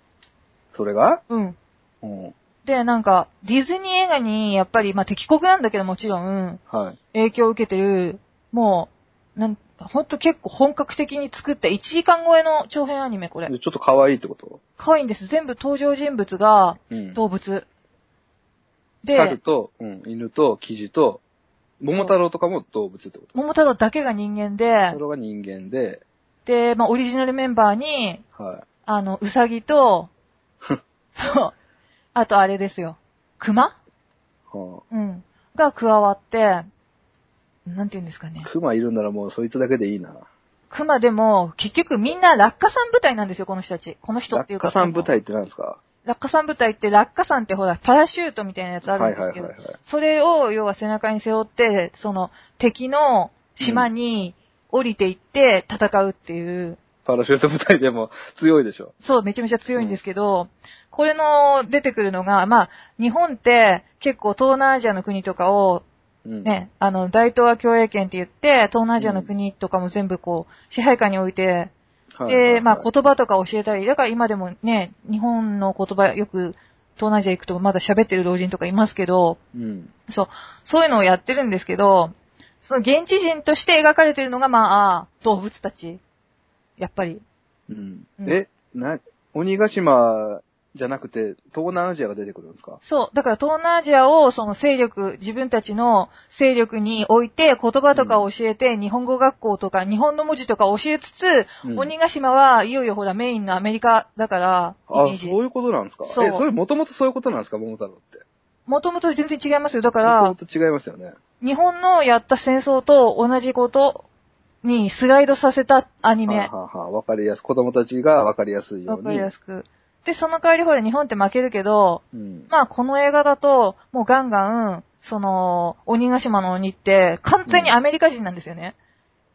Speaker 1: それが
Speaker 2: うん。
Speaker 1: うん。
Speaker 2: で、なんか、ディズニー映画に、やっぱり、まあ、敵国なんだけどもちろん、
Speaker 1: はい。
Speaker 2: 影響を受けてる、もう、なん、ほんと結構本格的に作った1時間超えの長編アニメ、これ。
Speaker 1: でちょっと可愛いってこと
Speaker 2: 可愛いんです。全部登場人物が
Speaker 1: うん。
Speaker 2: 動物。
Speaker 1: 猿
Speaker 2: で、
Speaker 1: と、うん、犬と、キジと、桃太郎とかも動物ってこと
Speaker 2: 桃太郎だけが人間で
Speaker 1: そ、れが人間で、
Speaker 2: で、まあ、オリジナルメンバーに、
Speaker 1: は
Speaker 2: あの、うさぎと、そう、あとあれですよ、熊
Speaker 1: い。は
Speaker 2: うん。が加わって、なんて言うんですかね
Speaker 1: あ、。熊いるならもうそいつだけでいいな。
Speaker 2: 熊でも、結局みんな落下山部隊なんですよ、この人たち。この人ってい
Speaker 1: 落
Speaker 2: うか。
Speaker 1: 下山部隊って何ですか
Speaker 2: 落下山部隊って落下山ってほら、パラシュートみたいなやつある
Speaker 1: は
Speaker 2: ん
Speaker 1: い
Speaker 2: です
Speaker 1: はい
Speaker 2: け
Speaker 1: は
Speaker 2: ど、
Speaker 1: いはい。
Speaker 2: それを要は背中に背負って、その敵の島に降りていって戦うっていう、
Speaker 1: パラシュート部隊でも強いでしょ。
Speaker 2: そう、めちゃめちゃ強いんですけど、これの出てくるのが、まあ、日本って結構東南アジアの国とかを
Speaker 1: うん。
Speaker 2: ね、あの、大東亜共栄圏って言って、東南アジアの国とかも全部こう、支配下に置いて、
Speaker 1: はいはいはい。
Speaker 2: で、まあ言葉とか教えたり、だから今でもね、日本の言葉よく東南アジア行くとまだ喋ってる老人とかいますけど、
Speaker 1: うん。
Speaker 2: そういうのをやってるんですけど、その現地人として描かれてるのがまあ、動物たち。やっぱり。
Speaker 1: うん。
Speaker 2: うん
Speaker 1: え、な、鬼ヶ島じゃなくて、東南アジアが出てくるんですか
Speaker 2: そう。だから東南アジアをその勢力、自分たちの勢力に置いて言葉とかを教えて、日本語学校とか日本の文字とかを教えつつ、
Speaker 1: うん
Speaker 2: 鬼ヶ島はいよいよほらメインのアメリカだから、イメ
Speaker 1: あ、
Speaker 2: ージ。
Speaker 1: そういうことなんですか
Speaker 2: そう
Speaker 1: え、それもともとそういうことなんですか桃太郎って。
Speaker 2: もともと全然違いますよ。だか
Speaker 1: も
Speaker 2: ら、
Speaker 1: ともと違いますよね。
Speaker 2: 日本のやった戦争と同じことにスライドさせたアニ
Speaker 1: は
Speaker 2: メ
Speaker 1: あ。はあはあわかりやす。子供たちがわかりやすいよう
Speaker 2: わ
Speaker 1: に。
Speaker 2: かりやすく。で、その代わりほら日本って負けるけど、
Speaker 1: うん。
Speaker 2: まあこの映画だと、もうガンガン、その、鬼ヶ島の鬼って完全にアメリカ人なんですよね。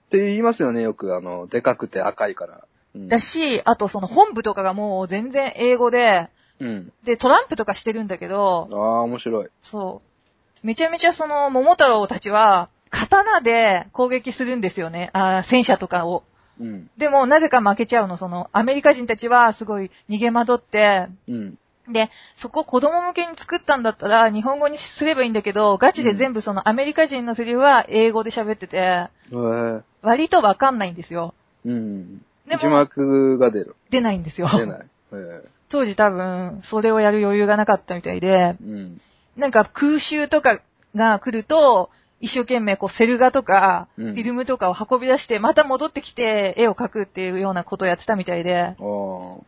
Speaker 1: って言いますよね、よく。あの、でかくて赤いから。うん。
Speaker 2: だし、あとその本部とかがもう全然英語で、
Speaker 1: うん。
Speaker 2: で、トランプとかしてるんだけど
Speaker 1: あ、あ、面白い。
Speaker 2: そう。めちゃめちゃその、桃太郎たちは、刀で攻撃するんですよね。あー戦車とかを。
Speaker 1: うん。
Speaker 2: でも、なぜか負けちゃうの。その、アメリカ人たちはすごい逃げ惑って、
Speaker 1: うん。
Speaker 2: で、そこ子供向けに作ったんだったら、日本語にすればいいんだけど、ガチで全部そのアメリカ人のセリフは英語で喋ってて、
Speaker 1: へえ。
Speaker 2: 割とわかんないんですよ。
Speaker 1: うん。
Speaker 2: で
Speaker 1: 字
Speaker 2: も、
Speaker 1: 幕が出る。
Speaker 2: 出ないんですよ。
Speaker 1: 出ない。ええ
Speaker 2: 当時多分、それをやる余裕がなかったみたいで、
Speaker 1: うん。
Speaker 2: なんか空襲とかが来ると、一生懸命こうセル画とか、
Speaker 1: うん
Speaker 2: フィルムとかを運び出して、また戻ってきて絵を描くっていうようなことをやってたみたいで、
Speaker 1: ああ。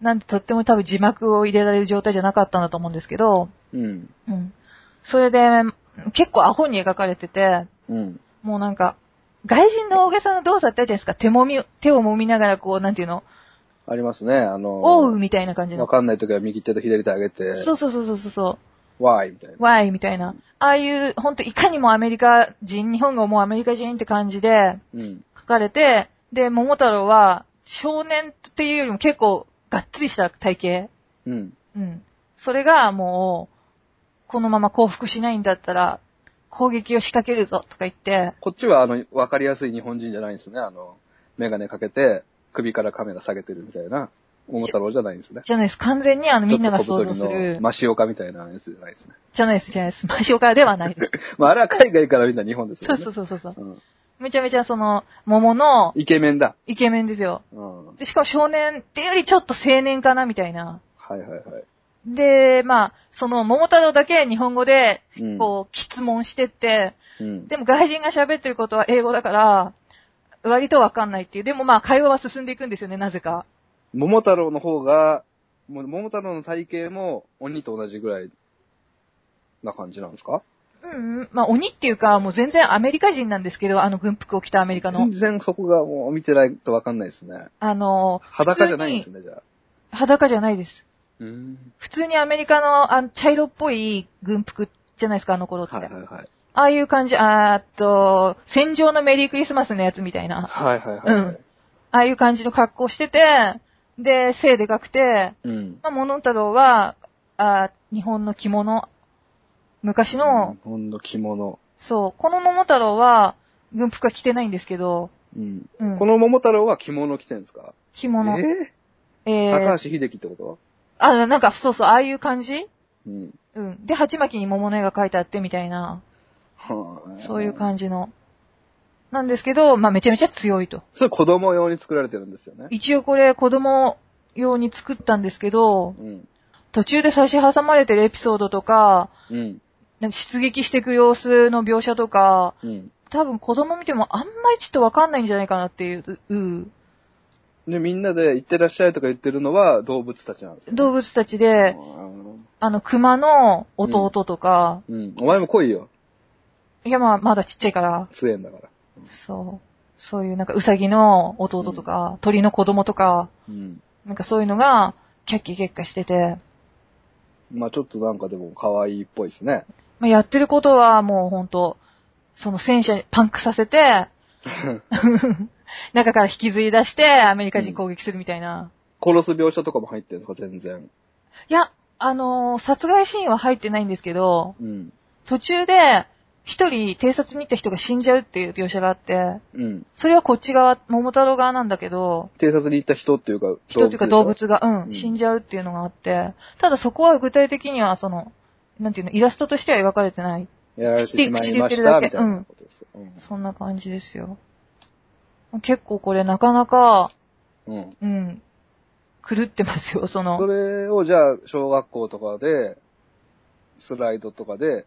Speaker 2: なんでとっても多分字幕を入れられる状態じゃなかったんだと思うんですけど、
Speaker 1: うん。
Speaker 2: うん。それで、結構アホに描かれてて、
Speaker 1: うん。
Speaker 2: もうなんか、外人の大げさな動作ってあるじゃないですか。手もみ、手を揉みながらこう、なんていうの、
Speaker 1: ありますね。あの、
Speaker 2: おうみたいな感じ
Speaker 1: わ
Speaker 2: の。
Speaker 1: かんないときは右手と左手上げて、
Speaker 2: そうそうそうそうそ
Speaker 1: why? みたいな
Speaker 2: う。。わーいみたいな。ああいう、ほんといかにもアメリカ人、日本語もアメリカ人って感じで
Speaker 1: うん。
Speaker 2: 書かれて、で、桃太郎は少年っていうよりも結構がっつりした体型。
Speaker 1: うん。
Speaker 2: うん。それがもう、このまま降伏しないんだったら、攻撃を仕掛けるぞとか言って、
Speaker 1: こっちは、あの、わかりやすい日本人じゃないんですね。あの、メガネかけて、首からカメラ下げてるみたいな、桃太郎じゃないんですね。
Speaker 2: じゃないです。完全にあのみんなが想像す
Speaker 1: ちょっと小太り
Speaker 2: る
Speaker 1: の、マシオカみたいなやつじゃないですね。
Speaker 2: じゃないです、じゃないです。マシオカではない
Speaker 1: *laughs*
Speaker 2: です。
Speaker 1: まあ、あれは海外から見た日本です
Speaker 2: そ
Speaker 1: よ
Speaker 2: う
Speaker 1: ね。
Speaker 2: そうそうそうそう。
Speaker 1: うん
Speaker 2: めちゃめちゃその、桃の
Speaker 1: イケメンだ。
Speaker 2: イケメンですよ。
Speaker 1: うん。はい
Speaker 2: で、しかも少年っていうよりちょっと青年かな、みたいな。
Speaker 1: はいはい。
Speaker 2: で、まあ、その、桃太郎だけ日本語で、
Speaker 1: うん
Speaker 2: こう、質問してって、
Speaker 1: うん。
Speaker 2: でも外人が喋ってることは英語だから、割とわかんないっていう。でもまあ、会話は進んでいくんですよね、なぜか。
Speaker 1: 桃太郎の方が、もう桃太郎の体型も鬼と同じぐらいな感じなんですか
Speaker 2: うん、うん。まあ、鬼っていうか、もう全然アメリカ人なんですけど、あの軍服を着たアメリカの
Speaker 1: 全。然そこがもう見てないとわかんないですね。
Speaker 2: あの、
Speaker 1: 裸じゃないんです
Speaker 2: 普通に
Speaker 1: ね、じゃあ。
Speaker 2: 裸じゃないです。
Speaker 1: うん。
Speaker 2: 普通にアメリカの、あの、茶色っぽい軍服じゃないですか、あの頃って。
Speaker 1: はいはいはい。
Speaker 2: ああいう感じ、あーっと、戦場のメリークリスマスのやつみたいな、
Speaker 1: はいはいはい。
Speaker 2: ああいう感じの格好してて、で、背でかくて、
Speaker 1: うん。
Speaker 2: まあ、モノタロウは、あー日本の着物、昔の、
Speaker 1: ほんと着物。
Speaker 2: そう、この桃太郎は、軍服は着てないんですけど、
Speaker 1: うん。
Speaker 2: うん、
Speaker 1: この桃太郎は着物着てるんですか
Speaker 2: 着
Speaker 1: え
Speaker 2: 物、え
Speaker 1: ー
Speaker 2: ー、
Speaker 1: 高橋秀樹ってこと
Speaker 2: あ、なんか、そうそう、ああいう感じ
Speaker 1: うん。
Speaker 2: うん。で、鉢巻きに桃の絵が描いてあってみたいな、
Speaker 1: はあ
Speaker 2: そういう感じの。なんですけど、まあ、めちゃめちゃ強いと。
Speaker 1: それ子供用に作られてるんですよね。
Speaker 2: 一応これ子供用に作ったんですけ
Speaker 1: う
Speaker 2: ど、
Speaker 1: ん。
Speaker 2: 途中で差し挟まれてるエピソードとか、
Speaker 1: うん。
Speaker 2: なんか出撃していく様子の描写とか、
Speaker 1: うん。
Speaker 2: 多分子供見てもあんまりちょっとわかんないんじゃないかなっていう、うん
Speaker 1: で、みんなで行ってらっしゃいとか言ってるのは動物たちなんですよ、ね。
Speaker 2: 動物たちで、あの、熊の弟とか、
Speaker 1: うん。お前も来いよ。
Speaker 2: いやまあまだちっちゃいから、
Speaker 1: 強えんだから。
Speaker 2: そう、そういうなんかウサギの弟とか、鳥の子供とか、
Speaker 1: うん。
Speaker 2: なんかそういうのが、キャッキャキャッキャしてて、
Speaker 1: まあちょっとなんかでも可愛いっぽいですね。
Speaker 2: まあ、やってることはもうほんと、その戦車にパンクさせて、 *laughs* 中から引きずり出してアメリカ人攻撃するみたいな。
Speaker 1: 殺す描写とかも入ってるんですか、全然。
Speaker 2: いや、あのー殺害シーンは入ってないんですけど、
Speaker 1: うん。
Speaker 2: 途中で一人偵察に行った人が死んじゃうっていう描写があって、
Speaker 1: うん。
Speaker 2: それはこっち側、桃太郎側なんだけど、
Speaker 1: 偵察に行った人っていうか、
Speaker 2: 人っていうか動物が、うん、
Speaker 1: うん
Speaker 2: 死んじゃうっていうのがあって、ただそこは具体的にはその、なんていうの、イラストとしては描かれてない。
Speaker 1: やられてしまいま
Speaker 2: 口で口で言って
Speaker 1: し
Speaker 2: るだ
Speaker 1: た、
Speaker 2: け
Speaker 1: みたいなことですよ。
Speaker 2: そんな感じですよ。結構これなかなか、
Speaker 1: うん。うん。
Speaker 2: うん、狂ってますよ、そ
Speaker 1: そ
Speaker 2: の。
Speaker 1: れをじゃあ、小学校とかで、スライドとかで、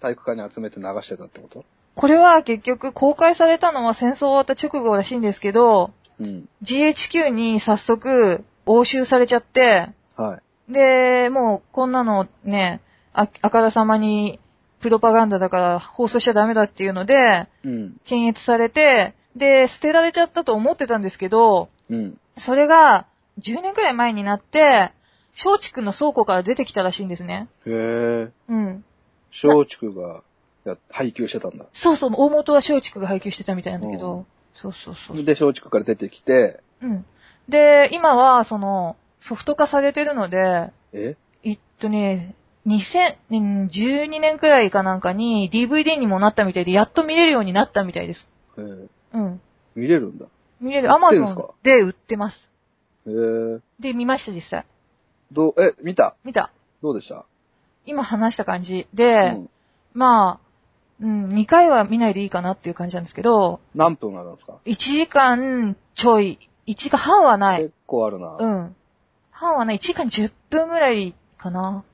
Speaker 1: 体育館に集めて流してたってこと
Speaker 2: これは結局公開されたのは戦争終わった直後らしいんですけど、
Speaker 1: うん。
Speaker 2: GHQ に早速押収されちゃって、
Speaker 1: はい。
Speaker 2: で、もうこんなのね、あ、あからさまにプロパガンダだから放送しちゃダメだっていうので、
Speaker 1: うん。
Speaker 2: 検閲されて、で、捨てられちゃったと思ってたんですけど、
Speaker 1: うん。
Speaker 2: それが10年くらい前になって、松竹の倉庫から出てきたらしいんですね。
Speaker 1: へえ。
Speaker 2: うん。
Speaker 1: 松竹が、や、配給してたんだ。
Speaker 2: そうそう、大元は松竹が配給してたみたいなんだけど、
Speaker 1: う
Speaker 2: そうそうそう。
Speaker 1: で、松竹から出てきて、
Speaker 2: うん。で、今は、その、ソフト化されてるので、
Speaker 1: え
Speaker 2: えっとね、2012年くらいかなんかに DVD にもなったみたいで、やっと見れるようになったみたいです。
Speaker 1: へえ
Speaker 2: うん。
Speaker 1: 見れるんだ。
Speaker 2: 見れる。
Speaker 1: 売ってん
Speaker 2: Amazon
Speaker 1: すか
Speaker 2: で売ってます。
Speaker 1: へえ。
Speaker 2: で、見ました、実際。
Speaker 1: どう、え、見た
Speaker 2: 見た。
Speaker 1: どうでした
Speaker 2: 今話した感じ
Speaker 1: う
Speaker 2: で、
Speaker 1: ん。
Speaker 2: まあ、うん、2回は見ないでいいかなっていう感じなんですけど、
Speaker 1: 何分あるんですか
Speaker 2: 1時間ちょい1時間半はない。
Speaker 1: 結構あるな。
Speaker 2: うん。半はない。1時間10分ぐらいかな。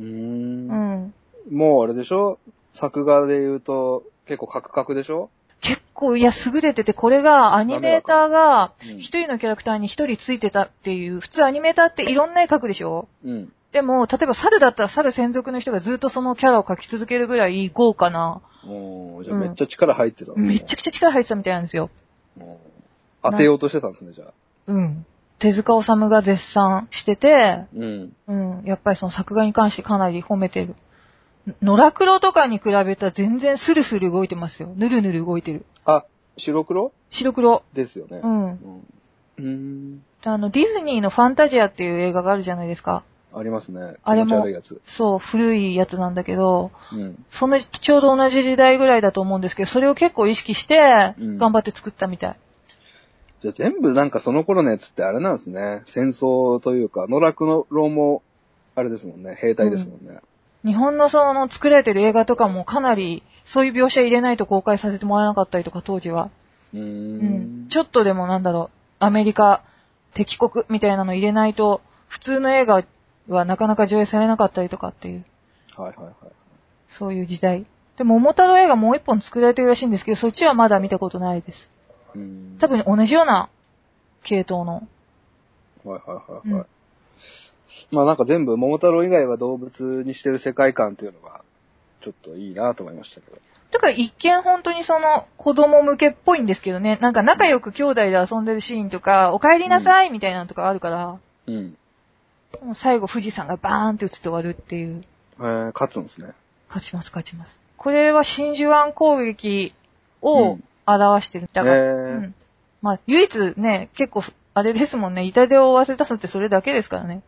Speaker 1: うー。
Speaker 2: うんん。
Speaker 1: もうあれでしょ作画で言うと、結構カクカクでしょ
Speaker 2: 結構、いや、優れてて、これがアニメーターが、
Speaker 1: うん
Speaker 2: 一人のキャラクターに一人ついてたっていう、普通アニメーターっていろんな絵描くでしょ
Speaker 1: うん。
Speaker 2: でも、例えば猿だったら猿専属の人がずっとそのキャラを描き続けるぐらい豪華な、
Speaker 1: おーじゃあめっちゃ力入ってた、
Speaker 2: めちゃくちゃ力入ってたみたいなんですよ。
Speaker 1: おー当てようとしてたんですね、じゃあ。
Speaker 2: うん。手塚治虫が絶賛してて、
Speaker 1: うん。
Speaker 2: うん、やっぱりその作画に関してかなり褒めてる。野良黒とかに比べたら全然スルスル動いてますよ。ぬるぬる動いてる。
Speaker 1: 白黒
Speaker 2: 白黒。
Speaker 1: ですよね
Speaker 2: う。ん。
Speaker 1: うん。うーん。
Speaker 2: あの、ディズニーのファンタジアっていう映画があるじゃないですか。
Speaker 1: ありますね。
Speaker 2: あれも
Speaker 1: 気持ち悪いやつ。
Speaker 2: そう、古いやつなんだけど、
Speaker 1: うん。
Speaker 2: そのちょうど同じ時代ぐらいだと思うんですけど、それを結構意識して、
Speaker 1: うん
Speaker 2: 頑張って作ったみたい。
Speaker 1: じゃあ全部なんかその頃のやつってあれなんですね。戦争というか、野楽の牢も、あれですもんね。兵隊ですもんね。
Speaker 2: 日本のその作られてる映画とかもかなり、そういう描写入れないと公開させてもらえなかったりとか、当時は。
Speaker 1: うー。
Speaker 2: うんん。ちょっとでもなんだろう、アメリカ、敵国みたいなの入れないと、普通の映画はなかなか上映されなかったりとかっていう、
Speaker 1: はいはいはい。
Speaker 2: そういう時代。でも、桃太郎映画もう一本作られてるらしいんですけど、そっちはまだ見たことないです。
Speaker 1: うーん
Speaker 2: 多分同じような系統の。
Speaker 1: はいはいはいはい。
Speaker 2: うん
Speaker 1: まあなんか全部、桃太郎以外は動物にしてる世界観っていうのが、ちょっといいなと思いましたけど。
Speaker 2: だから一見本当にその子供向けっぽいんですけどね、なんか仲良く兄弟で遊んでるシーンとか、お帰りなさいみたいなのとかあるから、
Speaker 1: うん。
Speaker 2: もう最後富士山がバーンって映って終わるっていう、
Speaker 1: えー、勝つんですね。
Speaker 2: 勝ちます勝ちます。これは真珠湾攻撃を
Speaker 1: うん
Speaker 2: 表してる。だから、
Speaker 1: えー
Speaker 2: うん。まあ唯一ね、結構あれですもんね、痛手を負わせたのってそれだけですからね。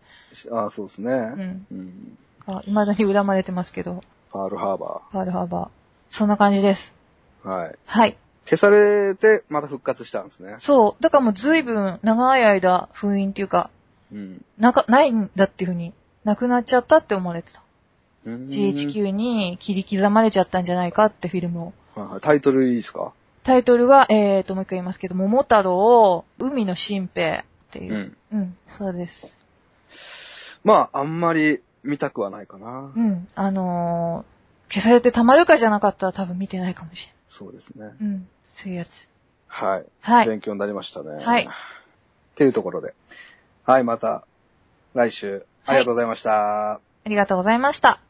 Speaker 1: ああ、そうですね。
Speaker 2: うん。
Speaker 1: うん。
Speaker 2: あ未だに恨まれてますけど、
Speaker 1: パールハーバ
Speaker 2: パールハーバー。そんな感じです。
Speaker 1: ー。はい。
Speaker 2: はい。
Speaker 1: 消されて、また復活したんですね。
Speaker 2: そう。だからもう随分長い間封印っていうか、
Speaker 1: うん。
Speaker 2: なんか、ないんだっていうふうに、なくなっちゃったって思われてた。
Speaker 1: うーん
Speaker 2: GHQ に切り刻まれちゃったんじゃないかってフィルムを。
Speaker 1: はいはいタイトルいいですか
Speaker 2: タイトルは、えーと、もう一回言いますけど、桃太郎、海の新兵って
Speaker 1: う
Speaker 2: いう。。うん、そうです。
Speaker 1: まあ、あんまり見たくはないかな。
Speaker 2: うん、あのー、消されてたまるかじゃなかったら多分見てないかもし
Speaker 1: そうですね。
Speaker 2: れない。うん、そういうやつ。
Speaker 1: はい。
Speaker 2: はい。
Speaker 1: 勉強になりましたね。
Speaker 2: はい
Speaker 1: っていうところで。はい、また来週ありがとうございました。
Speaker 2: ありがとうございました。